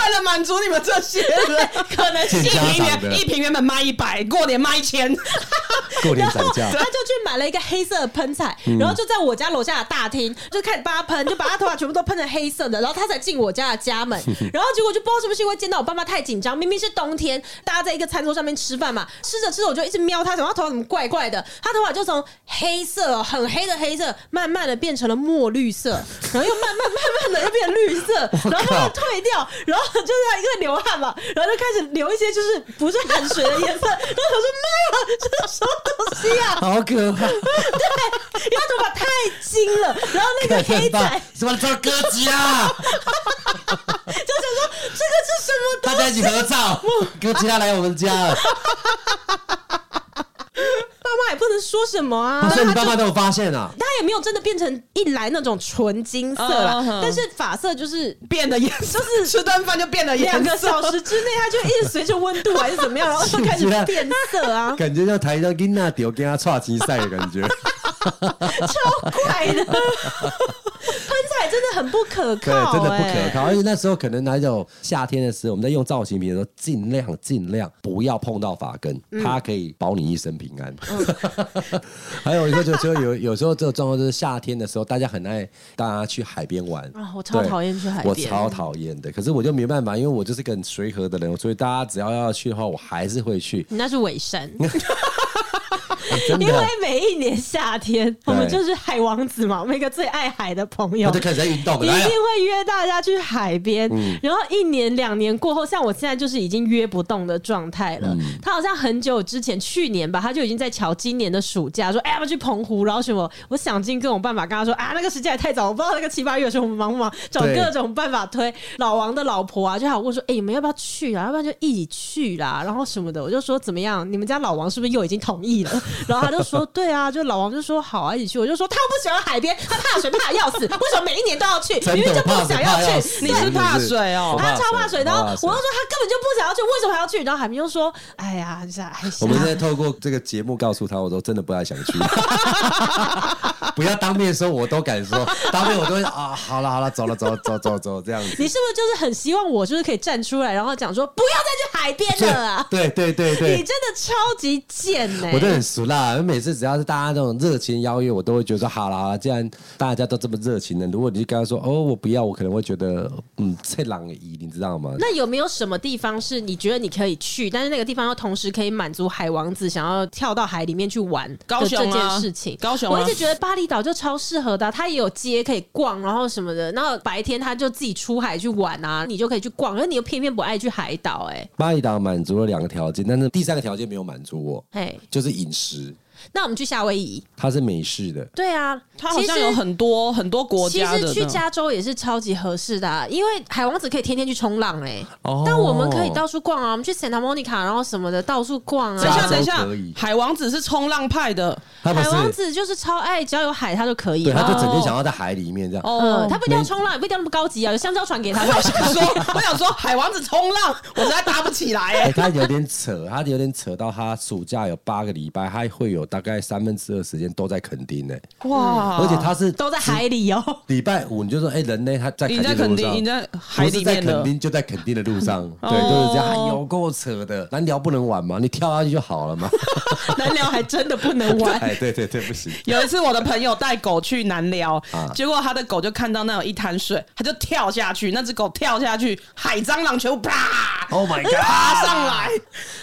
Speaker 2: 为了满足你们这些人，
Speaker 4: 可能
Speaker 3: 见
Speaker 2: 一
Speaker 3: 家
Speaker 2: 瓶
Speaker 3: 长
Speaker 2: 原
Speaker 3: 的
Speaker 2: 一瓶原本卖一百，过年卖一 千，
Speaker 3: 过年涨价
Speaker 4: 他，就去买了一个黑色的喷彩，
Speaker 2: 嗯
Speaker 4: 然后就在我家楼下的大厅就开始帮他喷，就把他头发全部都喷成黑色的，然后他才进我家的家 门，然后结果就不知道是不是因为见到我爸妈太紧张，明明是冬天，大家在一个餐桌上面吃饭嘛，吃着吃着我就一直瞄他，想他头发怎么怪怪的，他头发就从黑色很黑的黑色，慢慢的变成了墨绿色，然后又慢慢慢慢的又变绿色， 然后慢慢退掉，然后就是他因为流汗嘛，然后就开始流一些就是不是汗水的颜色，然后我说妈呀，这是什么东西 啊？
Speaker 3: 好可怕！
Speaker 4: 因为他头发太金了，然后那个黑仔
Speaker 3: 什么叫歌姬啊？
Speaker 4: 就想说 这个是什么
Speaker 3: 大家一起合 照，歌姬要来我们家了。
Speaker 4: 爸妈也不能说什么啊
Speaker 3: 啊，所以你
Speaker 4: 他
Speaker 3: 爸
Speaker 4: 就
Speaker 3: 妈都有发现 啊？
Speaker 4: 他也没有真的变成一来那种纯金色
Speaker 2: 嗯
Speaker 4: 啦
Speaker 2: 嗯，
Speaker 4: 但是发色就是
Speaker 2: 变的颜色，就是吃顿饭就变了颜色。
Speaker 4: 两个小 时之内，它就一直随着温度还 是怎么样，然后就开始变色啊。
Speaker 3: 感觉像台上囡仔丢跟他串青赛的感觉。啊
Speaker 4: 超怪的， 喷彩真的很不可
Speaker 3: 对
Speaker 4: 靠、欸，，
Speaker 3: 真的不可靠。而且那时候可能那种夏天的时候，我们在用造型品的时候，尽量尽量不要碰到发根，
Speaker 4: 嗯
Speaker 3: 它可以保你一生平安。 还有就就就有有时候这个状况就是夏天的时候，大家很爱大家去海边玩
Speaker 4: 啊我超
Speaker 3: 对
Speaker 4: 讨厌去海
Speaker 3: 我
Speaker 4: 边
Speaker 3: 超讨厌的。可是我就没办法，因为我就是个很随和的人，所以大家只要要去的话，我还是会 去。
Speaker 4: 你那是伪善。
Speaker 3: 啊真的，
Speaker 4: 因为每一年夏天，我
Speaker 3: 对
Speaker 4: 们就是海王子嘛，我们一个最爱海的朋友
Speaker 3: 我就，开始在运动了。
Speaker 4: 一定
Speaker 3: 来啊
Speaker 4: 会约大家去海边。然后一年两年过后，像我现在就是已经约不动的状态了。他好像很久之前，去年吧，他就已经在瞧今年的暑假，说：“哎、要不要去澎湖？”然后什么，我想尽各种办法跟他说：“啊，那个时间也太早，我不知道那个七八月的时候我们忙不忙，找
Speaker 3: 对
Speaker 4: 各种办法推。”老王的老婆啊，就好问说：“哎、你们要不要去啊？要不然就一起去啦？”然后什么的，我就说：“怎么样？你们家老王是不是又已经同意了？” 然后他就说：“对啊。”就老王就说：“好啊，一起去。”我就说：“他又不喜欢海边，他怕水怕的要死，为什么每一年都要去？
Speaker 3: 真
Speaker 4: 明
Speaker 3: 的
Speaker 4: 明就不
Speaker 3: 我怕
Speaker 4: 想
Speaker 3: 水怕
Speaker 4: 要
Speaker 3: 要
Speaker 4: 去，
Speaker 3: 死
Speaker 4: 你
Speaker 2: 你是
Speaker 4: 是
Speaker 2: 怕水哦、
Speaker 3: 我
Speaker 4: 他超怕水，然后
Speaker 3: 我
Speaker 4: 我
Speaker 3: 怕
Speaker 4: 又
Speaker 3: 水
Speaker 4: 说他根本就不想要去，为什么还要去？然后海明就说：“哎呀，是啊 哎呀，
Speaker 3: 我们现在透过这个节目告诉他，我都真的不太想 去。不要当面说，我都敢说，当面我都会啊，好了好了，走了走了走走走这样子。
Speaker 4: 你是不是就是很希望我就是可以站出来，然后讲说不要再去海边了啊？
Speaker 3: 对对对
Speaker 4: 你
Speaker 3: 对
Speaker 4: 真，的超级贱欸呢、
Speaker 3: 我都很熟啦。每次只要是大家这种热情邀约，我都会觉得说好啦好啦，既然大家都这么热情了，如果你就跟他说哦我不要，我可能会觉得嗯太狼移，你知道吗？
Speaker 4: 那有没有什么地方是你觉得你可以去，但是那个地方要同时可以满足海王子想要跳到海里面去玩的
Speaker 2: 高雄啊
Speaker 4: 这件事情？
Speaker 2: 高雄啊
Speaker 4: 我一直觉得巴厘岛就超适合的啊、它也有街可以逛，然后什么的。然后白天他就自己出海去玩啊，你就可以去逛。可是你又偏偏不爱去海岛、哎
Speaker 3: 巴厘岛满足了两个条件，但是第三个条件没有满足我，
Speaker 4: 哎，哎，
Speaker 3: 就是饮食，
Speaker 4: 那我们去夏威夷。
Speaker 3: 它是美式的。
Speaker 4: 对啊，
Speaker 2: 它好
Speaker 4: 其
Speaker 2: 像
Speaker 4: 实
Speaker 2: 有很多很多国
Speaker 4: 其
Speaker 2: 家的
Speaker 4: 实
Speaker 2: 呢。
Speaker 4: 去加州也是超级合适的啊、因为海王子可以天天去冲浪哎、
Speaker 3: 哦
Speaker 4: 但我们可以到处逛啊，我们去 Santa Monica 然后什么的到处逛
Speaker 2: 等一
Speaker 4: 啊。
Speaker 3: 加
Speaker 2: 下，
Speaker 3: 州
Speaker 2: 等一下
Speaker 3: 可以，
Speaker 2: 海王子是冲浪派的
Speaker 3: 它不
Speaker 4: 海王
Speaker 3: 是，
Speaker 4: 子就是超爱，只要有海他就可以
Speaker 3: 对，
Speaker 4: 了。
Speaker 3: 他就整天
Speaker 2: 哦
Speaker 3: 想要在海里面这样。
Speaker 2: 哦
Speaker 4: 呃，。他不一定要冲浪，也不一定要那么高级啊，有香蕉 船给他就
Speaker 2: 我
Speaker 4: 好。
Speaker 2: 想 说，我想说，海王子冲浪，我实在搭不起来
Speaker 3: 哎、
Speaker 2: 哎。
Speaker 3: 他有点扯，他有点扯到他暑假有八个礼拜，他会有大概三分之二时间都在垦丁呢、
Speaker 2: 哇
Speaker 1: 哦
Speaker 3: 而且他是
Speaker 4: 都在海里 哦，
Speaker 3: 礼拜五你就说，哎、人呢？他在
Speaker 2: 你在
Speaker 3: 垦丁
Speaker 2: 垦
Speaker 3: 的路
Speaker 2: 丁，你
Speaker 3: 上。
Speaker 2: 在海
Speaker 3: 不是
Speaker 2: 里面
Speaker 3: 在垦
Speaker 2: 的，
Speaker 3: 丁，就在垦丁的路上， 对，
Speaker 2: 哦
Speaker 3: 就是这样，哎有够扯的。难聊不能玩吗？你跳下去就好了嘛。
Speaker 2: 南寮还真的不能玩。
Speaker 3: 哎，对对对，不行。
Speaker 2: 有一次，我的朋友带狗去南寮
Speaker 3: 啊，
Speaker 2: 结果他的狗就看到那有一滩水，他就跳下去，那只狗跳下去，海蟑螂全部啪
Speaker 3: Oh my
Speaker 2: 爬
Speaker 3: god！
Speaker 2: 上来，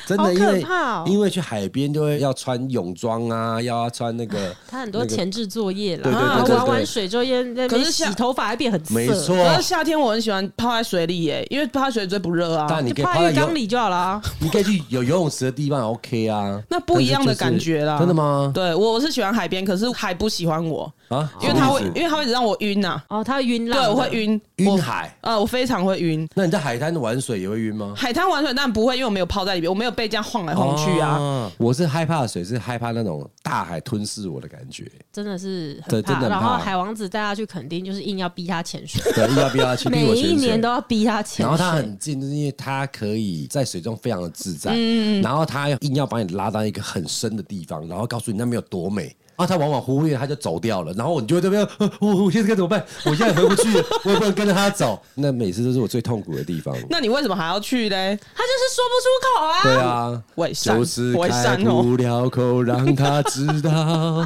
Speaker 3: 真
Speaker 4: 好
Speaker 3: 的，因
Speaker 4: 可
Speaker 3: 为
Speaker 4: 怕哦
Speaker 3: 因为去海边就会要穿泳装啊，要穿那个
Speaker 4: 他很多
Speaker 3: 那个
Speaker 4: 前置作业啦，
Speaker 3: 对对对
Speaker 4: 啊
Speaker 3: 对对
Speaker 4: 玩完水之后又在那边
Speaker 2: 可是
Speaker 4: 洗
Speaker 2: 像
Speaker 4: 头发还变很色，
Speaker 3: 没错，
Speaker 2: 可是夏天我很喜欢泡在水里耶，因为泡在水里最不热啊。
Speaker 3: 但你可
Speaker 4: 就
Speaker 3: 以
Speaker 4: 泡
Speaker 3: 泡在
Speaker 4: 在浴
Speaker 3: 游
Speaker 4: 缸，里就好了啊。
Speaker 3: 你可以去有游泳池的地方，OK 啊。
Speaker 2: 那不一样的感觉啦，
Speaker 3: 但是就是真的吗？
Speaker 2: 对我我是喜欢海边，可是海不喜欢我，
Speaker 3: 啊，
Speaker 2: 因为它会
Speaker 3: 什么意，思
Speaker 2: 因为它会一直让我晕呐、
Speaker 4: 哦，他晕
Speaker 2: 对
Speaker 4: 浪，
Speaker 2: 我会。晕，
Speaker 3: 晕海。
Speaker 2: 呃，我非常会晕。
Speaker 3: 那你在海滩玩水也会晕吗？
Speaker 2: 海滩玩水但不会，因为我没有泡在里面，我没有被这样晃来晃去啊。
Speaker 3: 哦我是害怕水，是害怕那种大海吞噬我的感觉。
Speaker 4: 真的是很
Speaker 3: 对
Speaker 4: 怕。
Speaker 3: 真的很
Speaker 4: 然
Speaker 3: 怕
Speaker 4: 后海王子带他去垦丁，就是硬要逼他潜水，
Speaker 3: 对，要不 要去逼
Speaker 4: 每
Speaker 3: 我潜水？
Speaker 4: 一年都要逼他潜水。
Speaker 3: 然后它很近，就是因为它可以在水中非常的自在，然后它硬要把你拉到一个很深的地方，然后告诉你那边有多美。啊，它往往忽略，它就走掉了，然后你就会这边，呃我我现在该怎么办？我现在回不去了，我也不能跟着它走。那每次都是我最痛苦的地方。
Speaker 2: 那你为什么还要去嘞？
Speaker 4: 他就是说不出口啊。
Speaker 3: 对啊，
Speaker 2: 伪善
Speaker 3: 就是
Speaker 2: 伪
Speaker 3: 开
Speaker 2: 善哦
Speaker 3: 不了口，让他知道。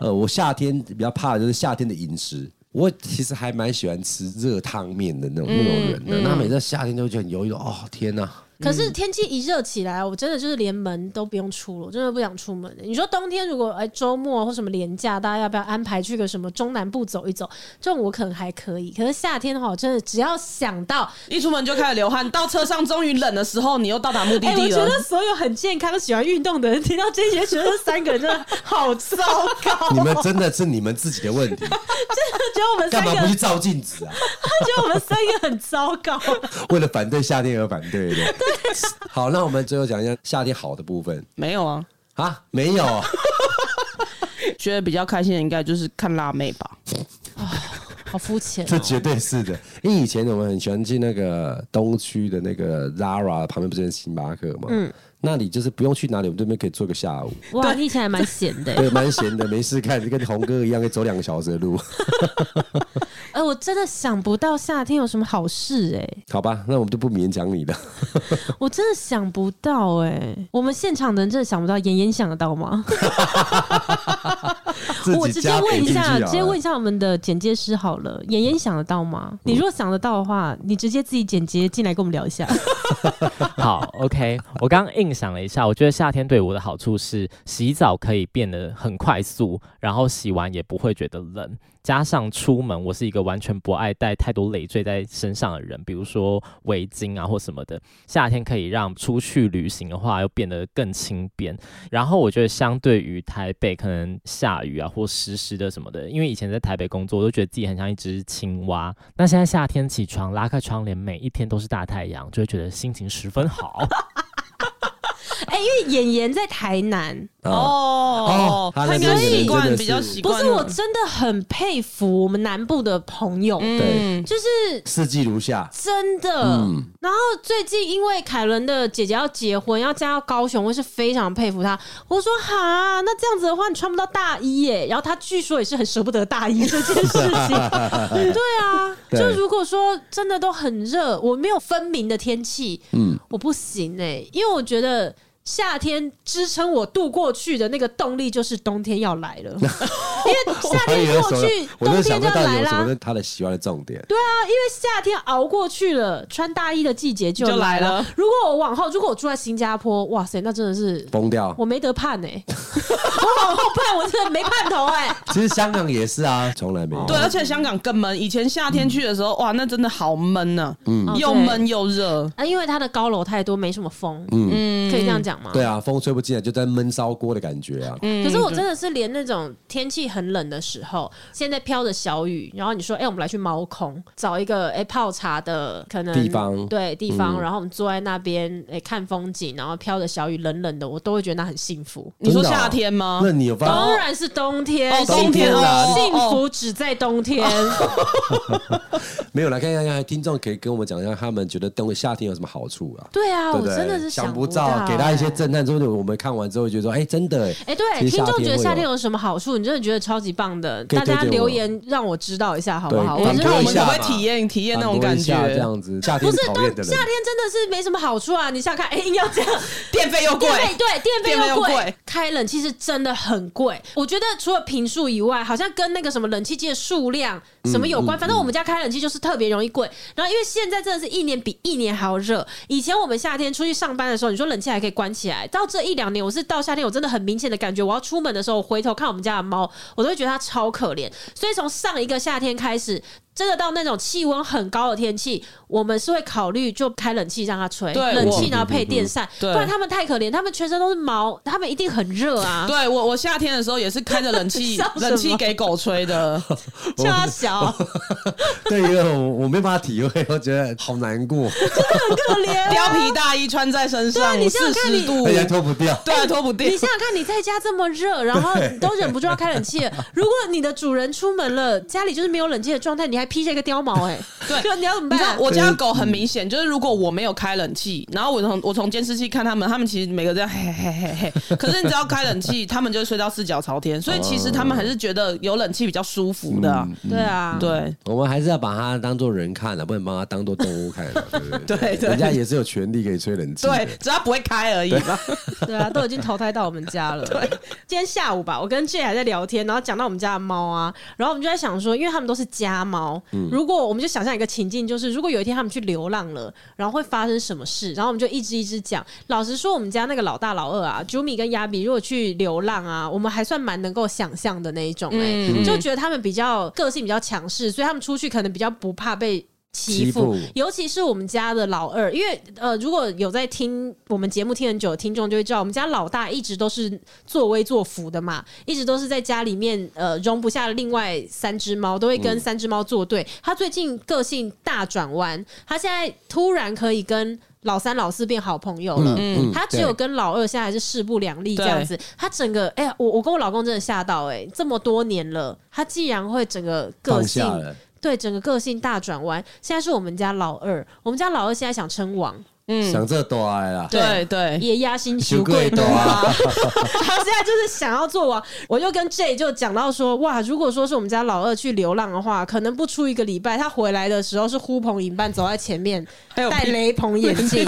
Speaker 3: 呃，我夏天比较怕的就是夏天的饮食。我其实还蛮喜欢吃热汤面的那种、那种人的，那每次夏天都会觉得很犹豫，哦天哪、
Speaker 4: 可
Speaker 3: 嗯
Speaker 4: 是天气一热起来，我真的就是连门都不用出了，我真的不想出门。你说冬天如果哎周末或什么连假，大家要不要安排去个什么中南部走一走？这种我可能还可以。可是夏天的话，我真的只要想到，
Speaker 2: 一出门就开始流汗，到车上终于冷的时候，你又到达目的
Speaker 4: 哎、我
Speaker 2: 地
Speaker 4: 觉
Speaker 2: 了。啊
Speaker 4: 得所有很健康、喜欢运动的人听到这些，觉得三个人真的好糟 糕。
Speaker 3: 你们真的是你们自己的问题，
Speaker 4: 觉得我们
Speaker 3: 干
Speaker 4: 三
Speaker 3: 嘛不
Speaker 4: 个，
Speaker 3: 去照镜子啊？
Speaker 4: 觉得我们三个很糟 糕。
Speaker 3: 为了反对夏天而反对的。好，那我们最后讲一下夏天好的部分
Speaker 2: 没有啊，
Speaker 3: 啊，没有啊，
Speaker 2: 觉得比较开心的应该就是看辣妹吧。
Speaker 4: 好肤 浅、
Speaker 3: 这绝对是的。因为以前我们很喜欢去那个东区的那个 Zara 旁边，不是有星巴克嘛？嗯，那你就是不用去哪里，我们这边可以做个下午，
Speaker 4: 哇，你以前还蛮闲的欸。
Speaker 3: 对，蛮闲的，没事干，就跟红哥一样，可以走两个小时的路，
Speaker 4: 哎，我真的想不到夏天有什么好事哎、
Speaker 3: 好吧？那我们就不勉强你了。
Speaker 4: 我真的想不到哎、我们现场的人真的想不到，妍妍想得到吗？
Speaker 3: 自己
Speaker 4: 我直接
Speaker 3: 加
Speaker 4: 问
Speaker 3: 点
Speaker 4: 一
Speaker 3: 进去
Speaker 4: 下，
Speaker 3: 啊
Speaker 4: 直接问一下我们的剪接师好了，妍妍想得到吗？你如果想得到的话，你直接自己剪接进来跟我们聊 一下。
Speaker 5: 好，OK，我刚刚硬想了一下，我觉得夏天对我的好处是洗澡可以变得很快速，然后洗完也不会觉得冷。加上出门，我是一个完全不爱带太多累赘在身上的人，比如说围巾啊或什么的。夏天可以让出去旅行的话又变得更轻便。然后我觉得相对于台北可能下雨啊或湿湿的什么的，因为以前在台北工作，我都觉得自己很像一只青蛙。那现在夏天起床拉开窗帘，每一天都是大太阳，就会觉得心情十分好。
Speaker 4: 哎、因为妍妍在台南，
Speaker 3: 啊
Speaker 2: 哦
Speaker 3: 哦，他
Speaker 2: 应
Speaker 3: 那边
Speaker 2: 该习
Speaker 3: 真
Speaker 2: 惯
Speaker 3: 的
Speaker 2: 比较
Speaker 3: 是
Speaker 2: 习
Speaker 4: 不
Speaker 2: 惯
Speaker 4: 是
Speaker 2: 那种。
Speaker 4: 我真的很佩服我们南部的朋友，
Speaker 2: 嗯，
Speaker 4: 就是
Speaker 3: 四季如夏，
Speaker 4: 真的。
Speaker 3: 嗯，
Speaker 4: 然后最近因为凯伦的姐姐要结婚，要嫁到高雄，我是非常佩服她。我说哈，那这样子的话，你穿不到大衣耶。然后她据说也是很舍不得大衣这件事 情。对啊，
Speaker 3: 对
Speaker 4: 就如果说真的都很热，我没有分明的天气，嗯，我不行哎，因为我觉得。夏天支撑我度过去的那个动力就是冬天要来 了，因为夏
Speaker 3: 我还以为
Speaker 4: 天如果
Speaker 3: 什么
Speaker 4: 去，
Speaker 3: 我就
Speaker 4: 冬
Speaker 3: 想
Speaker 4: 天
Speaker 3: 说
Speaker 4: 就要
Speaker 3: 到底
Speaker 4: 来
Speaker 3: 有什
Speaker 4: 啦
Speaker 3: 么。是他的喜欢的重点。
Speaker 4: 对啊，因为夏天熬过去了，穿大衣的季节就
Speaker 2: 就
Speaker 4: 来
Speaker 2: 来
Speaker 4: 了。
Speaker 2: 了
Speaker 4: 如果我往后，如果我住在新加坡，哇塞，那真的是
Speaker 3: 崩掉！
Speaker 4: 我没得盼哎、 我往后盼，我真的没盼头哎、
Speaker 3: 其实香港也是啊，从来没有。
Speaker 2: 对，而且香港更闷。以前夏天去的时候，哇，那真的好闷呐，又闷又热。
Speaker 4: 哦啊，因为它的高楼太多，没什么风，嗯，可以这样讲吗？
Speaker 3: 对啊，风吹不进来，就在闷烧锅的感觉啊。
Speaker 4: 可是我真的是连那种天气很冷的时候，现在飘着小雨，然后你说，哎、我们来去猫空，找一个哎、泡茶的可能
Speaker 3: 地方
Speaker 4: 对地方，然后我们坐在那边哎、看风景，然后飘着小雨，冷冷的，我都会觉得那很幸福。
Speaker 2: 你说
Speaker 3: 真的哦
Speaker 2: 夏天吗？
Speaker 3: 那你有发
Speaker 4: 当然是冬天，
Speaker 2: 哦
Speaker 4: 幸福
Speaker 3: 冬天啦哦
Speaker 4: 幸福只在冬天。
Speaker 3: 没有来看看看听众可以跟我们讲一下，他们觉得冬夏天有什么好处啊？
Speaker 4: 对啊，
Speaker 3: 对
Speaker 4: 我
Speaker 3: 不对？
Speaker 4: 真的是
Speaker 3: 想
Speaker 4: 不
Speaker 3: 到，
Speaker 4: 欸
Speaker 3: 给他一些。震撼之后，我们看完之后觉得说，哎，真的哎，
Speaker 4: 哎，对，
Speaker 3: 其实
Speaker 4: 听
Speaker 3: 夏
Speaker 4: 众觉得夏天
Speaker 3: 会有。
Speaker 4: 有什么好处？你真的觉得超级棒的，
Speaker 3: 可以
Speaker 4: 大家
Speaker 3: 推荐我
Speaker 4: 留言让我知道一下好不好？
Speaker 3: 对
Speaker 4: 我
Speaker 3: 反
Speaker 4: 真
Speaker 2: 看
Speaker 4: 的
Speaker 3: 驳
Speaker 2: 我
Speaker 3: 一
Speaker 2: 们
Speaker 3: 下
Speaker 2: 可不
Speaker 3: 嘛
Speaker 2: 可以体验体验那种
Speaker 3: 反驳
Speaker 2: 感
Speaker 3: 一下这
Speaker 2: 觉？
Speaker 3: 样子，夏
Speaker 4: 不
Speaker 3: 天
Speaker 4: 是
Speaker 3: 讨
Speaker 4: 冬
Speaker 3: 厌的人
Speaker 4: 夏天真的是没什么好处啊！你想想看，哎，硬要这样，
Speaker 2: 电费又贵
Speaker 4: 电，费对电
Speaker 2: 电
Speaker 4: 费
Speaker 2: 费
Speaker 4: 又
Speaker 2: 又
Speaker 4: 贵
Speaker 2: 贵，
Speaker 4: 开冷气是真的很贵。我觉得除了频数以外，好像跟那个什么冷气机的数量什么有
Speaker 2: 嗯
Speaker 4: 关。反正我们家开冷气就是特别容易贵。然后因为现在真的是一年比一年还要热。以前我们夏天出去上班的时候，你说冷气还可以关起来，到这一两年，我是到夏天我真的很明显的感觉，我要出门的时候，我回头看我们家的猫，我都会觉得它超可怜。所以从上一个夏天开始。真的到那种气温很高的天气，我们是会考虑就开冷气让它吹，
Speaker 2: 对
Speaker 4: 冷
Speaker 2: 我嗯
Speaker 4: 气然后配电扇，不
Speaker 2: 对
Speaker 4: 然他们太可怜，他们全身都是毛，他们一定很热 啊。
Speaker 2: 对我，我夏天的时候也是开着冷气
Speaker 4: 笑什，么
Speaker 2: 冷气给狗吹的。
Speaker 4: 叫他小，
Speaker 3: 对，因为我我没办法体会，我觉得好难 过，
Speaker 4: 可怜。
Speaker 2: 貂皮大衣穿在身上
Speaker 4: 对，啊你想想
Speaker 2: 四
Speaker 4: 看你
Speaker 2: 十度
Speaker 3: 而，且还脱不掉。
Speaker 2: 对啊，脱不掉
Speaker 4: 你。想想看，你在家这么热，然后你都忍不住要开冷气了。如果你的主人出门了，家里就是没有冷气的状态，你还披着一个貂毛、哎，
Speaker 2: 对
Speaker 4: 就你要怎么
Speaker 2: 你知道
Speaker 4: 办？
Speaker 2: 我家的狗很明显，就是如果我没有开冷气，然后我从我从监视器看他们，他们其实每个这样嘿嘿嘿嘿嘿，可是你只要开冷 气，他们就会睡到四脚朝天，所以其实他们还是觉得有冷气比较舒服的啊。
Speaker 4: 对啊，
Speaker 2: 对
Speaker 3: 我们还是要把它当做人看了，啊不能把它当做动物看 了，对不对？
Speaker 2: 对对
Speaker 3: 人家也是有权利可以吹冷气的。
Speaker 2: 对，只要不会开而已嘛。
Speaker 4: 对啊，都已经淘汰到我们家了。对，今天下午吧，我跟 J 还在聊天，然后讲到我们家的猫啊，然后我们就在想说，因为他们都是家猫，如果我们就想象一个情境，就是如果有一天他们去流浪了，然后会发生什么事，然后我们就一只一只讲。老实说，我们家那个老大老二啊，朱米跟亚比，如果去流浪啊，我们还算蛮能够想象的那一种、欸，
Speaker 2: 嗯
Speaker 4: 就觉得他们比较个性比较强势，所以他们出去可能比较不怕被。欺
Speaker 3: 欺
Speaker 4: 负
Speaker 3: 负，
Speaker 4: 尤其是我们家的老二，因为呃，如果有在听我们节目听很久的听众就会知道，我们家老大一直都是作威作福的嘛，一直都是在家里面呃容不下另外三只猫，都会跟三只猫作对。他最近个性大转弯，他现在突然可以跟。老三、老四变好朋友了，
Speaker 3: 嗯嗯
Speaker 4: 他只有
Speaker 3: 对
Speaker 4: 跟老二现在还是势不两立这样子。他整个，哎、呀，我我跟我老公真的吓到、哎，这么多年了，他既然会整个个
Speaker 3: 放
Speaker 4: 性
Speaker 3: 下了。
Speaker 4: 对整个个性大转弯。现在是我们家老二，我们家老二现在想称王，嗯
Speaker 2: 嗯，
Speaker 3: 想这多爱啦，
Speaker 2: 对对，
Speaker 4: 也压心
Speaker 3: 修
Speaker 4: 求
Speaker 3: 哎贵
Speaker 4: 贵
Speaker 3: 多
Speaker 4: 多
Speaker 3: 啊
Speaker 4: 啊！ 他现在就是想要做王，我就跟 J 就讲到说，哇，如果说是我们家老二去流浪的话，可能不出一个礼拜，他回来的时候是呼朋引伴，走在前面，
Speaker 2: 还有
Speaker 4: 戴
Speaker 2: 披
Speaker 4: 雷朋眼镜，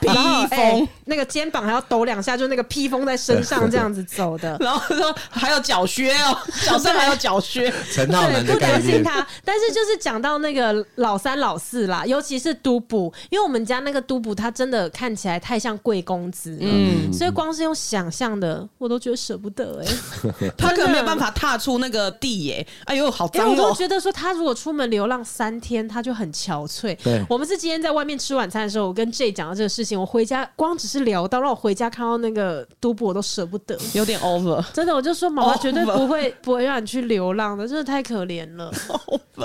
Speaker 2: 披
Speaker 4: 然后哎
Speaker 2: 风，
Speaker 4: 那个肩膀还要抖两下，就那个披风在身上这样子走 的。
Speaker 2: 然后说还有脚靴哦，脚上还有脚靴，
Speaker 3: 陈浩南
Speaker 4: 对，
Speaker 3: 的
Speaker 4: 不
Speaker 3: 概
Speaker 4: 担心
Speaker 3: 念，
Speaker 4: 他，但是就是讲到那个老三、老四啦，尤其是都补，因为我们家那个都补，他真的看起来太像贵公子，嗯，所以光是用想象的，我都觉得舍不得哎、
Speaker 2: 他可能没有办法踏出那个地耶。哎呦，好
Speaker 4: 因为
Speaker 2: 脏
Speaker 4: 我都
Speaker 2: 哦！
Speaker 4: 觉得说，他如果出门流浪三天，他就很憔悴。
Speaker 3: 对
Speaker 4: 我们是今天在外面吃晚餐的时候，我跟 J 讲到这个事情，我回家光只是聊到，让我回家看到那个都补，我都舍不得。
Speaker 2: 有点 over，
Speaker 4: 真的，我就说妈妈
Speaker 2: Over
Speaker 4: 绝对不会不会让你去流浪的，真的太可怜了，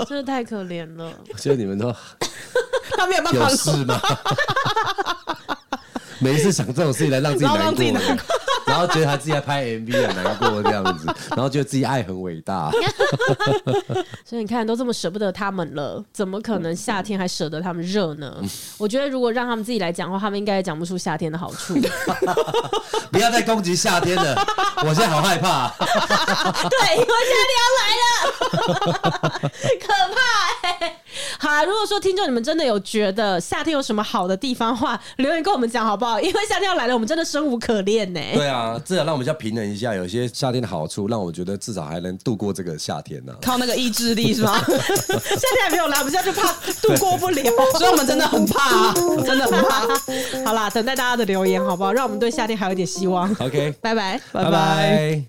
Speaker 4: 真的太可怜了。
Speaker 3: 我觉得你们都
Speaker 2: 他 没有办
Speaker 3: 有
Speaker 2: 法
Speaker 3: 事吗？每一次想这种事情来让自己
Speaker 2: 然后
Speaker 3: 难
Speaker 2: 让自己
Speaker 3: 过
Speaker 2: 难
Speaker 3: 的， 然后觉得他自己在拍 MV 很难过这样子，然后觉得自己爱很伟大。
Speaker 4: 所以你看，都这么舍不得他们了，怎么可能夏天还舍得他们热呢？我觉得如果让他们自己来讲的话，他们应该也讲不出夏天的好处。
Speaker 3: 不要再攻击夏天 了，我现在好害怕。
Speaker 2: 哎
Speaker 4: 对，我夏天要来了，可 怕、欸。好啦，如果说听众你们真的有觉得夏天有什么好的地方的话，留言跟我们讲好不好？因为夏天要来了，我们真的生无可恋呢、
Speaker 3: 对啊，至少让我们比较平衡一下，有些夏天的好处，让我觉得至少还能度过这个夏天 呢、
Speaker 2: 靠那个意志力是 吗？
Speaker 4: 夏天还没有来，我们现在就怕度过不了，
Speaker 2: 所以我们真的很怕、啊，真的很怕。
Speaker 4: 好啦，等待大家的留言好不好？让我们对夏天还有一点希望。
Speaker 3: OK，
Speaker 4: 拜拜，
Speaker 2: 拜拜。